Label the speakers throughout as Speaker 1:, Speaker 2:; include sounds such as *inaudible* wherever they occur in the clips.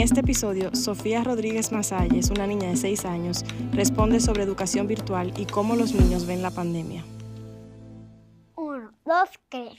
Speaker 1: este episodio, Sofía Rodríguez Masalles, una niña de 6 años, responde sobre educación virtual y cómo los niños ven la pandemia.
Speaker 2: Uno, dos, tres.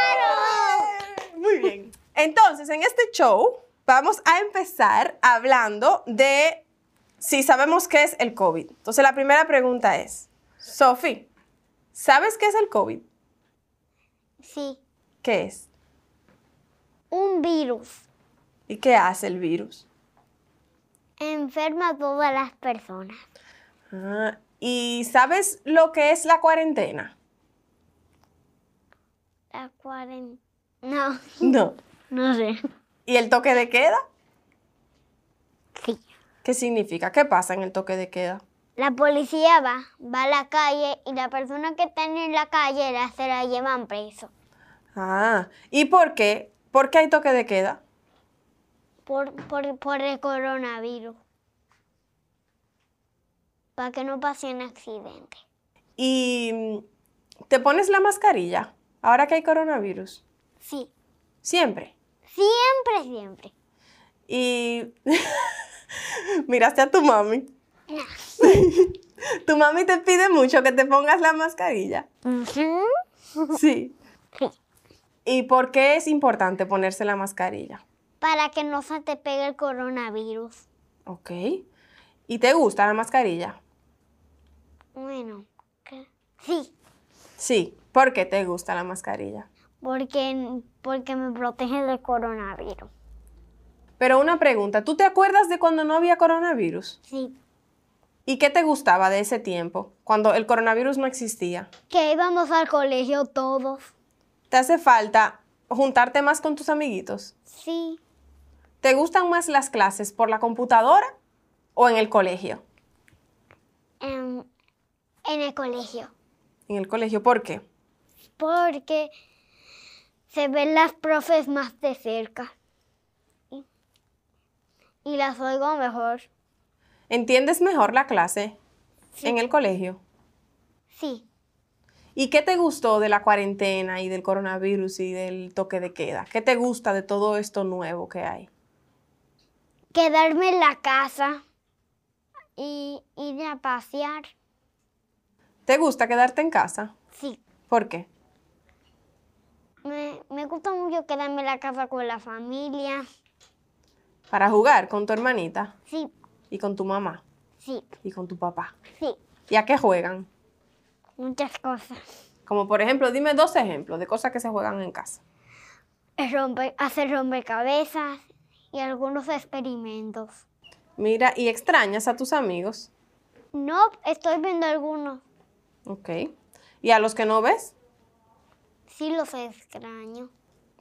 Speaker 3: ¡Bienvenidos! Muy bien. Entonces, en este show vamos a empezar hablando de si sabemos qué es el COVID. Entonces, la primera pregunta es, Sofi, ¿sabes qué es el COVID?
Speaker 2: Sí,
Speaker 3: ¿Qué es?
Speaker 2: un virus
Speaker 3: ¿Y qué hace el virus?
Speaker 2: enferma a todas las personas.
Speaker 3: Ah, ¿Y sabes lo que es la cuarentena?
Speaker 2: La cuarentena. No,
Speaker 3: No.
Speaker 2: no sé.
Speaker 3: ¿Y el toque de queda?
Speaker 2: Sí.
Speaker 3: ¿Qué significa? ¿Qué pasa en el toque de queda?
Speaker 2: La policía va, va a la calle y la persona que está en la calle la, se la llevan preso.
Speaker 3: Ah, ¿y por qué? ¿Por qué hay toque de queda?
Speaker 2: Por, por, por el coronavirus. Para que no pase un accidente.
Speaker 3: ¿Y mm, te pones la mascarilla ahora que hay coronavirus?
Speaker 2: Sí.
Speaker 3: Siempre.
Speaker 2: Siempre, siempre.
Speaker 3: Y *laughs* miraste a tu mami. *laughs* tu mami te pide mucho que te pongas la mascarilla.
Speaker 2: Ujú.
Speaker 3: Sí.
Speaker 2: Sí.
Speaker 3: ¿Y por qué es importante ponerse la mascarilla?
Speaker 2: Para que no se te pegue el coronavirus.
Speaker 3: Ok. ¿Y te gusta la mascarilla?
Speaker 2: Bueno, ¿qué? sí,
Speaker 3: Sí. ¿Por qué te gusta la mascarilla?
Speaker 2: porque, porque me protege del coronavirus.
Speaker 3: Pero una pregunta, ¿tú te acuerdas de cuando no había coronavirus?
Speaker 2: Sí,
Speaker 3: ¿Y qué te gustaba de ese tiempo, cuando el coronavirus no existía?
Speaker 2: que íbamos al colegio todos.
Speaker 3: ¿Te hace falta juntarte más con tus amiguitos?
Speaker 2: Sí,
Speaker 3: ¿Te gustan más las clases por la computadora o en el colegio?
Speaker 2: en, em, en el colegio.
Speaker 3: En el colegio, ¿por qué?
Speaker 2: Porque se ven las profes más de cerca. Y, y las oigo mejor.
Speaker 3: ¿Entiendes mejor la clase en el colegio?
Speaker 2: Sí,
Speaker 3: ¿Y qué te gustó de la cuarentena y del coronavirus y del toque de queda? ¿Qué te gusta de todo esto nuevo que hay?
Speaker 2: quedarme en la casa y ir a pasear.
Speaker 3: ¿Te gusta quedarte en casa?
Speaker 2: Sí.
Speaker 3: ¿Por qué?
Speaker 2: Me, me gusta mucho quedarme en la casa con la familia.
Speaker 3: Para jugar con tu hermanita
Speaker 2: Sí,
Speaker 3: y con tu mamá
Speaker 2: sí,
Speaker 3: y con tu papá.
Speaker 2: sí.
Speaker 3: ¿Y a qué juegan?
Speaker 2: Muchas cosas.
Speaker 3: Como por ejemplo, dime dos ejemplos de cosas que se juegan en casa.
Speaker 2: El rompe- hacer rompecabezas y algunos experimentos.
Speaker 3: Mira, ¿y extrañas a tus amigos?
Speaker 2: No, estoy viendo algunos.
Speaker 3: Ok. ¿Y a los que no ves?
Speaker 2: Sí los extraño.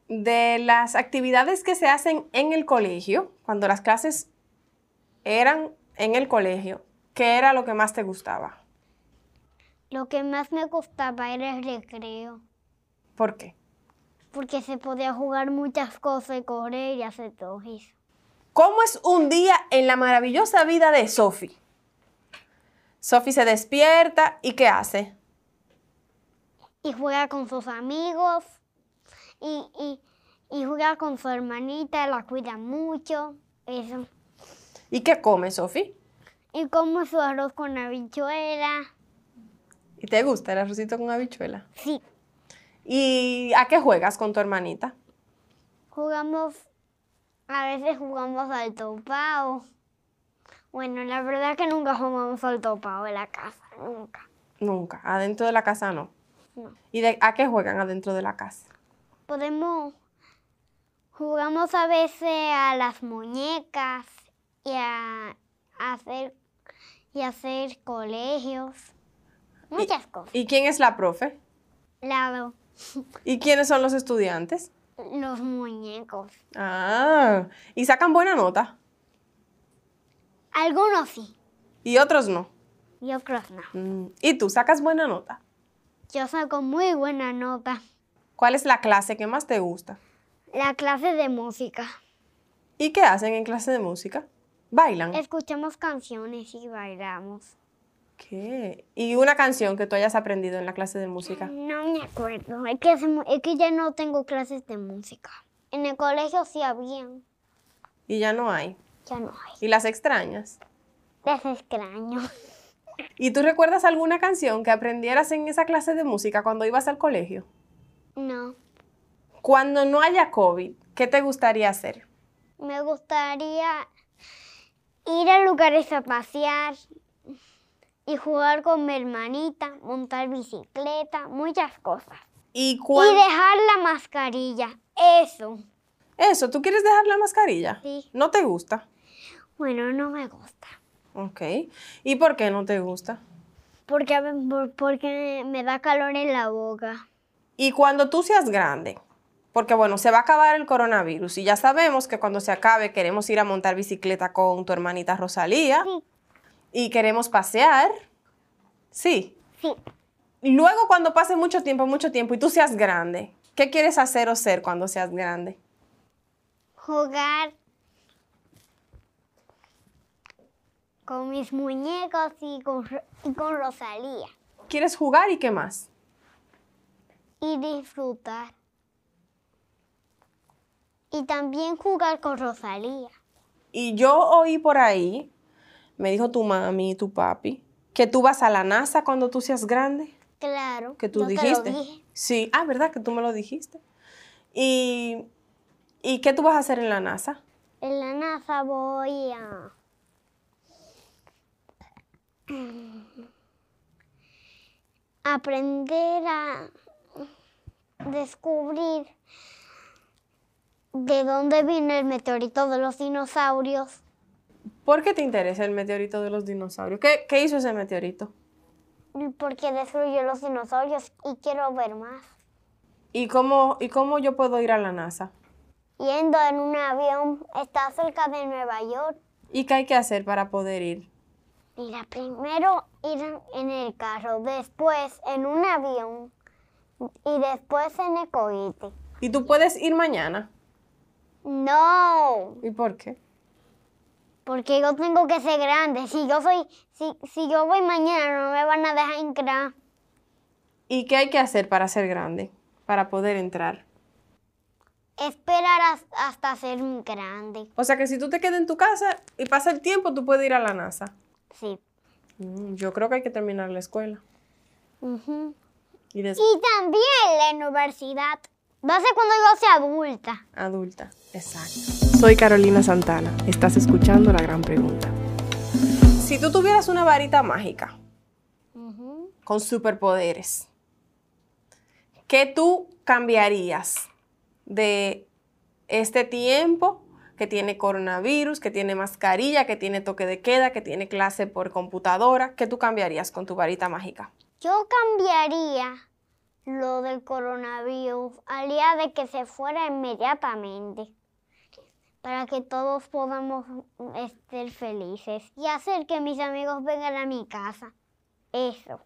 Speaker 3: De las actividades que se hacen en el colegio, cuando las clases eran en el colegio, ¿qué era lo que más te gustaba?
Speaker 2: Lo que más me gustaba era el recreo,
Speaker 3: ¿Por qué?
Speaker 2: porque se podía jugar muchas cosas y correr y hacer todo eso.
Speaker 3: ¿Cómo es un día en la maravillosa vida de Sophie? Sophie se despierta y ¿qué hace?
Speaker 2: Y juega con sus amigos y, y, y juega con su hermanita, la cuida mucho, eso.
Speaker 3: ¿Y qué come Sophie?
Speaker 2: Y como su arroz con habichuela.
Speaker 3: ¿Y te gusta el arrocito con habichuela?
Speaker 2: Sí,
Speaker 3: ¿Y a qué juegas con tu hermanita?
Speaker 2: jugamos, a veces jugamos al topao. Bueno, la verdad que nunca jugamos al topao en la casa, nunca.
Speaker 3: Nunca. Adentro de la casa no.
Speaker 2: No.
Speaker 3: ¿Y de, a qué juegan adentro de la casa?
Speaker 2: Podemos, jugamos a veces a las muñecas y a, a hacer, y a hacer colegios, muchas cosas.
Speaker 3: ¿Y quién es la profe?
Speaker 2: La-
Speaker 3: ¿Y quiénes son los estudiantes?
Speaker 2: los muñecos.
Speaker 3: Ah, y sacan buena nota.
Speaker 2: Algunos sí
Speaker 3: Y otros no.
Speaker 2: y otros no.
Speaker 3: Mm, ¿Y tú sacas buena nota?
Speaker 2: Yo saco muy buena nota.
Speaker 3: ¿Cuál es la clase que más te gusta?
Speaker 2: La clase de música.
Speaker 3: ¿Y qué hacen en clase de música? Bailan.
Speaker 2: Escuchamos canciones y bailamos.
Speaker 3: Ok. ¿Y una canción que tú hayas aprendido en la clase de música?
Speaker 2: No me acuerdo. Es que, hace mu- es que ya no tengo clases de música. En el colegio sí habían.
Speaker 3: Y ya no hay.
Speaker 2: Ya no hay.
Speaker 3: ¿Y las extrañas?
Speaker 2: Les extraño.
Speaker 3: ¿Y tú recuerdas alguna canción que aprendieras en esa clase de música cuando ibas al colegio?
Speaker 2: No.
Speaker 3: Cuando no haya COVID, ¿qué te gustaría hacer?
Speaker 2: Me gustaría ir a lugares a pasear y jugar con mi hermanita, montar bicicleta, muchas cosas.
Speaker 3: ¿Y
Speaker 2: Y
Speaker 3: cuando...
Speaker 2: dejar la mascarilla. Eso.
Speaker 3: Eso, ¿tú quieres dejar la mascarilla?
Speaker 2: Sí.
Speaker 3: ¿No te gusta?
Speaker 2: Bueno, no me gusta.
Speaker 3: Ok. ¿Y por qué no te gusta?
Speaker 2: Porque, a ve- por- porque me da calor en la boca.
Speaker 3: Y cuando tú seas grande, porque bueno, se va a acabar el coronavirus y ya sabemos que cuando se acabe queremos ir a montar bicicleta con tu hermanita Rosalía
Speaker 2: Sí.
Speaker 3: y queremos pasear. Sí.
Speaker 2: Sí.
Speaker 3: Y Luego cuando pase mucho tiempo, mucho tiempo y tú seas grande, ¿qué quieres hacer o ser cuando seas grande?
Speaker 2: Jugar con mis muñecos y con, Ro- y con Rosalía.
Speaker 3: ¿Quieres jugar y qué más?
Speaker 2: y disfrutar. Y también jugar con Rosalía.
Speaker 3: Y yo oí por ahí, me dijo tu mami y tu papi, que tú vas a la NASA cuando tú seas grande.
Speaker 2: Claro.
Speaker 3: que tú
Speaker 2: yo te lo
Speaker 3: dijiste.
Speaker 2: dije.
Speaker 3: Sí, ah, ¿verdad? Que tú me lo dijiste. ¿Y, ¿Y qué tú vas a hacer en la NASA?
Speaker 2: En la NASA voy a... Aprender a descubrir de dónde vino el meteorito de los dinosaurios.
Speaker 3: ¿Por qué te interesa el meteorito de los dinosaurios? ¿Qué, qué hizo ese meteorito?
Speaker 2: Porque destruyó los dinosaurios y quiero ver más.
Speaker 3: ¿Y cómo, ¿Y cómo yo puedo ir a la NASA?
Speaker 2: Yendo en un avión, está cerca de Nueva York.
Speaker 3: ¿Y qué hay que hacer para poder ir?
Speaker 2: Mira, primero ir en el carro, después en un avión y después en el cohete.
Speaker 3: ¿Y tú puedes ir mañana?
Speaker 2: No,
Speaker 3: ¿Y por qué?
Speaker 2: porque yo tengo que ser grande. Si yo soy, si, si yo voy mañana, no me van a dejar entrar.
Speaker 3: ¿Y qué hay que hacer para ser grande? Para poder entrar.
Speaker 2: Esperar has- hasta ser grande.
Speaker 3: O sea que si tú te quedas en tu casa y pasa el tiempo, tú puedes ir a la NASA.
Speaker 2: Sí.
Speaker 3: Mm, yo creo que hay que terminar la escuela.
Speaker 2: Ujú.
Speaker 3: Y después...
Speaker 2: Y también la universidad. Va a ser cuando yo sea adulta.
Speaker 3: Adulta. Exacto.
Speaker 1: Soy Carolina Santana. Estás escuchando La Gran Pregunta.
Speaker 3: Si tú tuvieras una varita mágica
Speaker 2: Ujú.
Speaker 3: con superpoderes, ¿qué tú cambiarías de este tiempo que tiene coronavirus, que tiene mascarilla, que tiene toque de queda, que tiene clase por computadora? ¿Qué tú cambiarías con tu varita mágica?
Speaker 2: Yo cambiaría lo del coronavirus, haría de que se fuera inmediatamente para que todos podamos mm, estar felices y hacer que mis amigos vengan a mi casa. Eso.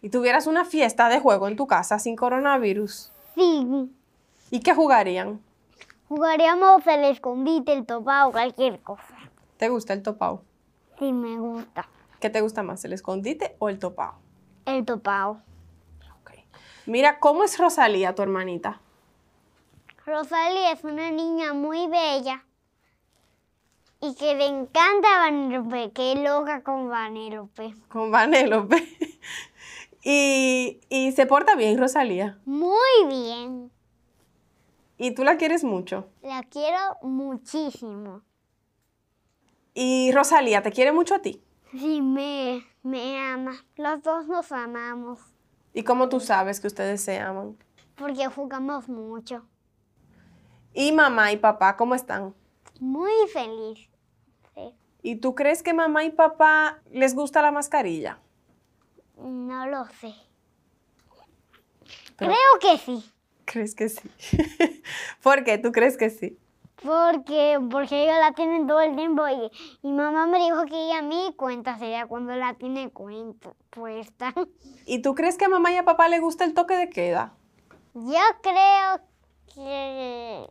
Speaker 3: Y tuvieras una fiesta de juego en tu casa sin coronavirus,
Speaker 2: Sí,
Speaker 3: ¿y qué jugarían?
Speaker 2: jugaríamos el escondite, el topado, cualquier cosa.
Speaker 3: ¿Te gusta el topao?
Speaker 2: Sí, me gusta.
Speaker 3: ¿Qué te gusta más, el escondite o el topao?
Speaker 2: El topado.
Speaker 3: Ok. Mira, ¿cómo es Rosalía, tu hermanita?
Speaker 2: Rosalía es una niña muy bella y que le encanta Vanellope, que es loca con Vanellope.
Speaker 3: Con Vanellope. *laughs* Y, y se porta bien, Rosalía.
Speaker 2: Muy bien.
Speaker 3: Y tú la quieres mucho.
Speaker 2: La quiero muchísimo.
Speaker 3: Y Rosalía te quiere mucho a ti.
Speaker 2: Sí, me, me ama. Los dos nos amamos
Speaker 3: ¿Y cómo tú sabes que ustedes se aman?
Speaker 2: porque jugamos mucho.
Speaker 3: Y mamá y papá, ¿cómo están?
Speaker 2: Muy feliz. Sí.
Speaker 3: ¿Y tú crees que mamá y papá les gusta la mascarilla?
Speaker 2: No lo sé.
Speaker 3: Pero-
Speaker 2: Creo que sí.
Speaker 3: ¿Crees que sí? *laughs* ¿Por qué tú crees que sí?
Speaker 2: Porque, porque ellos la tienen todo el tiempo y, y mamá me dijo que ella a mi cuenta sería cuando la tiene cuenta, puesta. *laughs*
Speaker 3: ¿Y tú crees que a mamá y a papá le gusta el toque de queda?
Speaker 2: Yo creo que...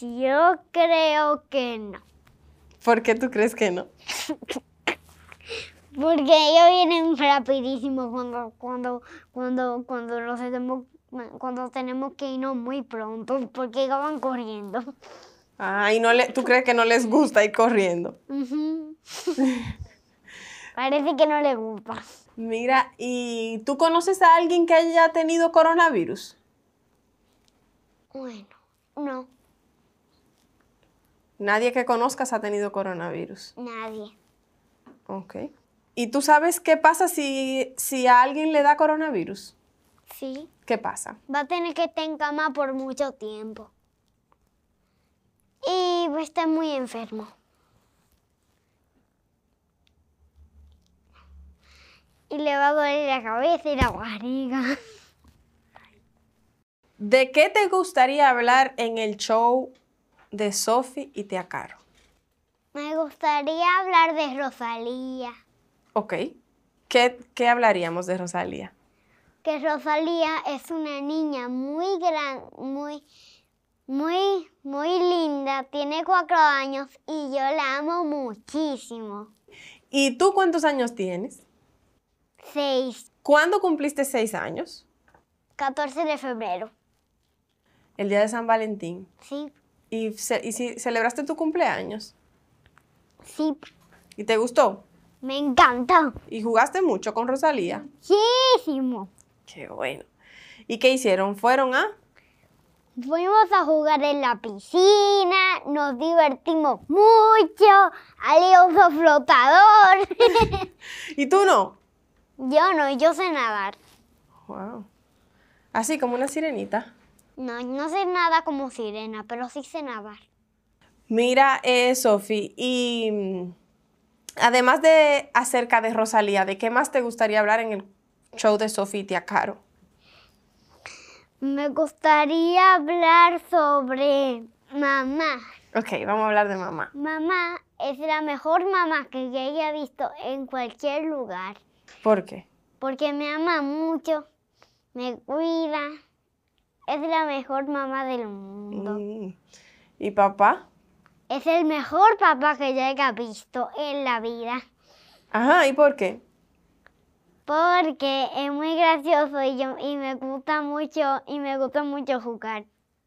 Speaker 2: Yo creo que no.
Speaker 3: ¿Por qué tú crees que no?
Speaker 2: Porque ellos vienen rapidísimo cuando, cuando, cuando, cuando los tenemos, cuando tenemos que irnos muy pronto, porque ellos van corriendo.
Speaker 3: Ah, y no le, tú crees que no les gusta ir corriendo.
Speaker 2: Ujú. Parece que no les gusta.
Speaker 3: Mira, ¿y tú conoces a alguien que haya tenido coronavirus?
Speaker 2: Bueno, no,
Speaker 3: Nadie que conozcas ha tenido coronavirus.
Speaker 2: nadie.
Speaker 3: Ok. ¿Y tú sabes qué pasa si, si a alguien le da coronavirus?
Speaker 2: Sí,
Speaker 3: ¿Qué pasa?
Speaker 2: va a tener que estar en cama por mucho tiempo. Y va a estar muy enfermo. Y le va a doler la cabeza y la barriga.
Speaker 3: ¿De qué te gustaría hablar en el show de Sophie y Tía Caro?
Speaker 2: Me gustaría hablar de Rosalía.
Speaker 3: Ok. ¿Qué, qué hablaríamos de Rosalía?
Speaker 2: Que Rosalía es una niña muy gran, muy, muy, muy linda. Tiene cuatro años y yo la amo muchísimo.
Speaker 3: ¿Y tú cuántos años tienes?
Speaker 2: Seis.
Speaker 3: ¿Cuándo cumpliste seis años?
Speaker 2: 14 de febrero.
Speaker 3: El día de San Valentín.
Speaker 2: Sí,
Speaker 3: ¿Y, ce- y si celebraste tu cumpleaños?
Speaker 2: sí,
Speaker 3: ¿Y te gustó?
Speaker 2: me encanta.
Speaker 3: ¿Y jugaste mucho con Rosalía?
Speaker 2: Muchísimo.
Speaker 3: Qué bueno. ¿Y qué hicieron? ¿Fueron a...?
Speaker 2: Fuimos a jugar en la piscina, nos divertimos mucho, Ali usó flotador. *laughs*
Speaker 3: ¿Y tú no?
Speaker 2: yo no, yo sé nadar.
Speaker 3: Wow. Así como una sirenita.
Speaker 2: No, no sé nada como sirena, pero sí sé nadar.
Speaker 3: Mira, eh, Sofi, y mm, además de acerca de Rosalía, ¿de qué más te gustaría hablar en el show de Sofi y Tía Caro?
Speaker 2: Me gustaría hablar sobre mamá.
Speaker 3: Ok, vamos a hablar de mamá.
Speaker 2: Mamá es la mejor mamá que yo haya visto en cualquier lugar,
Speaker 3: ¿Por qué?
Speaker 2: porque me ama mucho, me cuida, es la mejor mamá del mundo.
Speaker 3: Mm. ¿Y papá?
Speaker 2: Es el mejor papá que yo haya visto en la vida,
Speaker 3: Ajá, ¿y por qué?
Speaker 2: porque es muy gracioso y, yo, y me gusta mucho y me gusta mucho jugar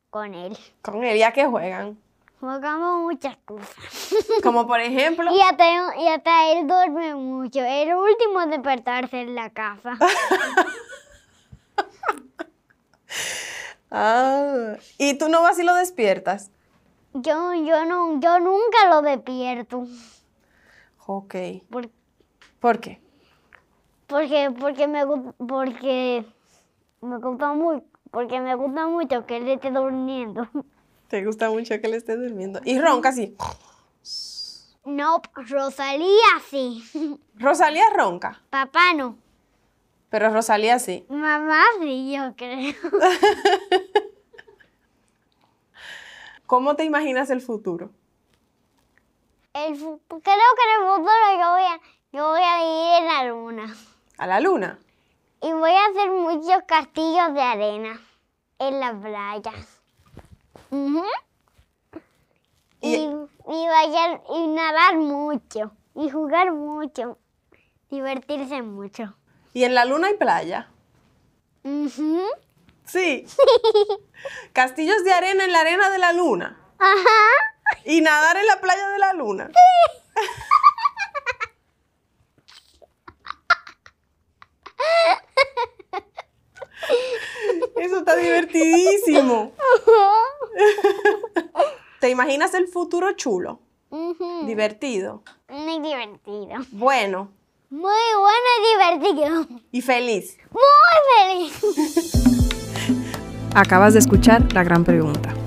Speaker 2: con él.
Speaker 3: Con él, ya que juegan.
Speaker 2: Jugamos muchas cosas. *laughs*
Speaker 3: Como por ejemplo,
Speaker 2: Y hasta, y hasta él duerme mucho. El último en despertarse en la casa.
Speaker 3: Ah, y tú no vas y lo despiertas.
Speaker 2: Yo, yo, no, yo nunca lo despierto.
Speaker 3: Ok.
Speaker 2: por-
Speaker 3: ¿Por qué?
Speaker 2: porque, porque me gu- porque me gusta muy, porque me gusta mucho que él esté durmiendo. *laughs*
Speaker 3: Te gusta mucho que le esté durmiendo. Y ronca así.
Speaker 2: No, Rosalía sí. *laughs*
Speaker 3: Rosalía ronca,
Speaker 2: Papá no.
Speaker 3: pero Rosalía sí.
Speaker 2: Mamá sí, yo creo. *laughs*
Speaker 3: ¿Cómo te imaginas el futuro?
Speaker 2: El, fu- creo que en el futuro yo voy a, yo voy a ir en la luna.
Speaker 3: ¿A la luna?
Speaker 2: Y voy a hacer muchos castillos de arena en la playa. Ujú.
Speaker 3: Y-
Speaker 2: y, y bailar y nadar mucho. Y jugar mucho. Divertirse mucho.
Speaker 3: ¿Y en la luna hay playa?
Speaker 2: Ujú.
Speaker 3: Sí. *laughs* Castillos de arena en la arena de la luna.
Speaker 2: Ajá.
Speaker 3: Y nadar en la playa de la luna. Eso está divertidísimo. ¿Te imaginas el futuro chulo?
Speaker 2: Ujú.
Speaker 3: Divertido.
Speaker 2: Muy divertido.
Speaker 3: Bueno
Speaker 2: Muy bueno y divertido.
Speaker 3: y feliz.
Speaker 2: Muy feliz.
Speaker 1: Acabas de escuchar La Gran Pregunta.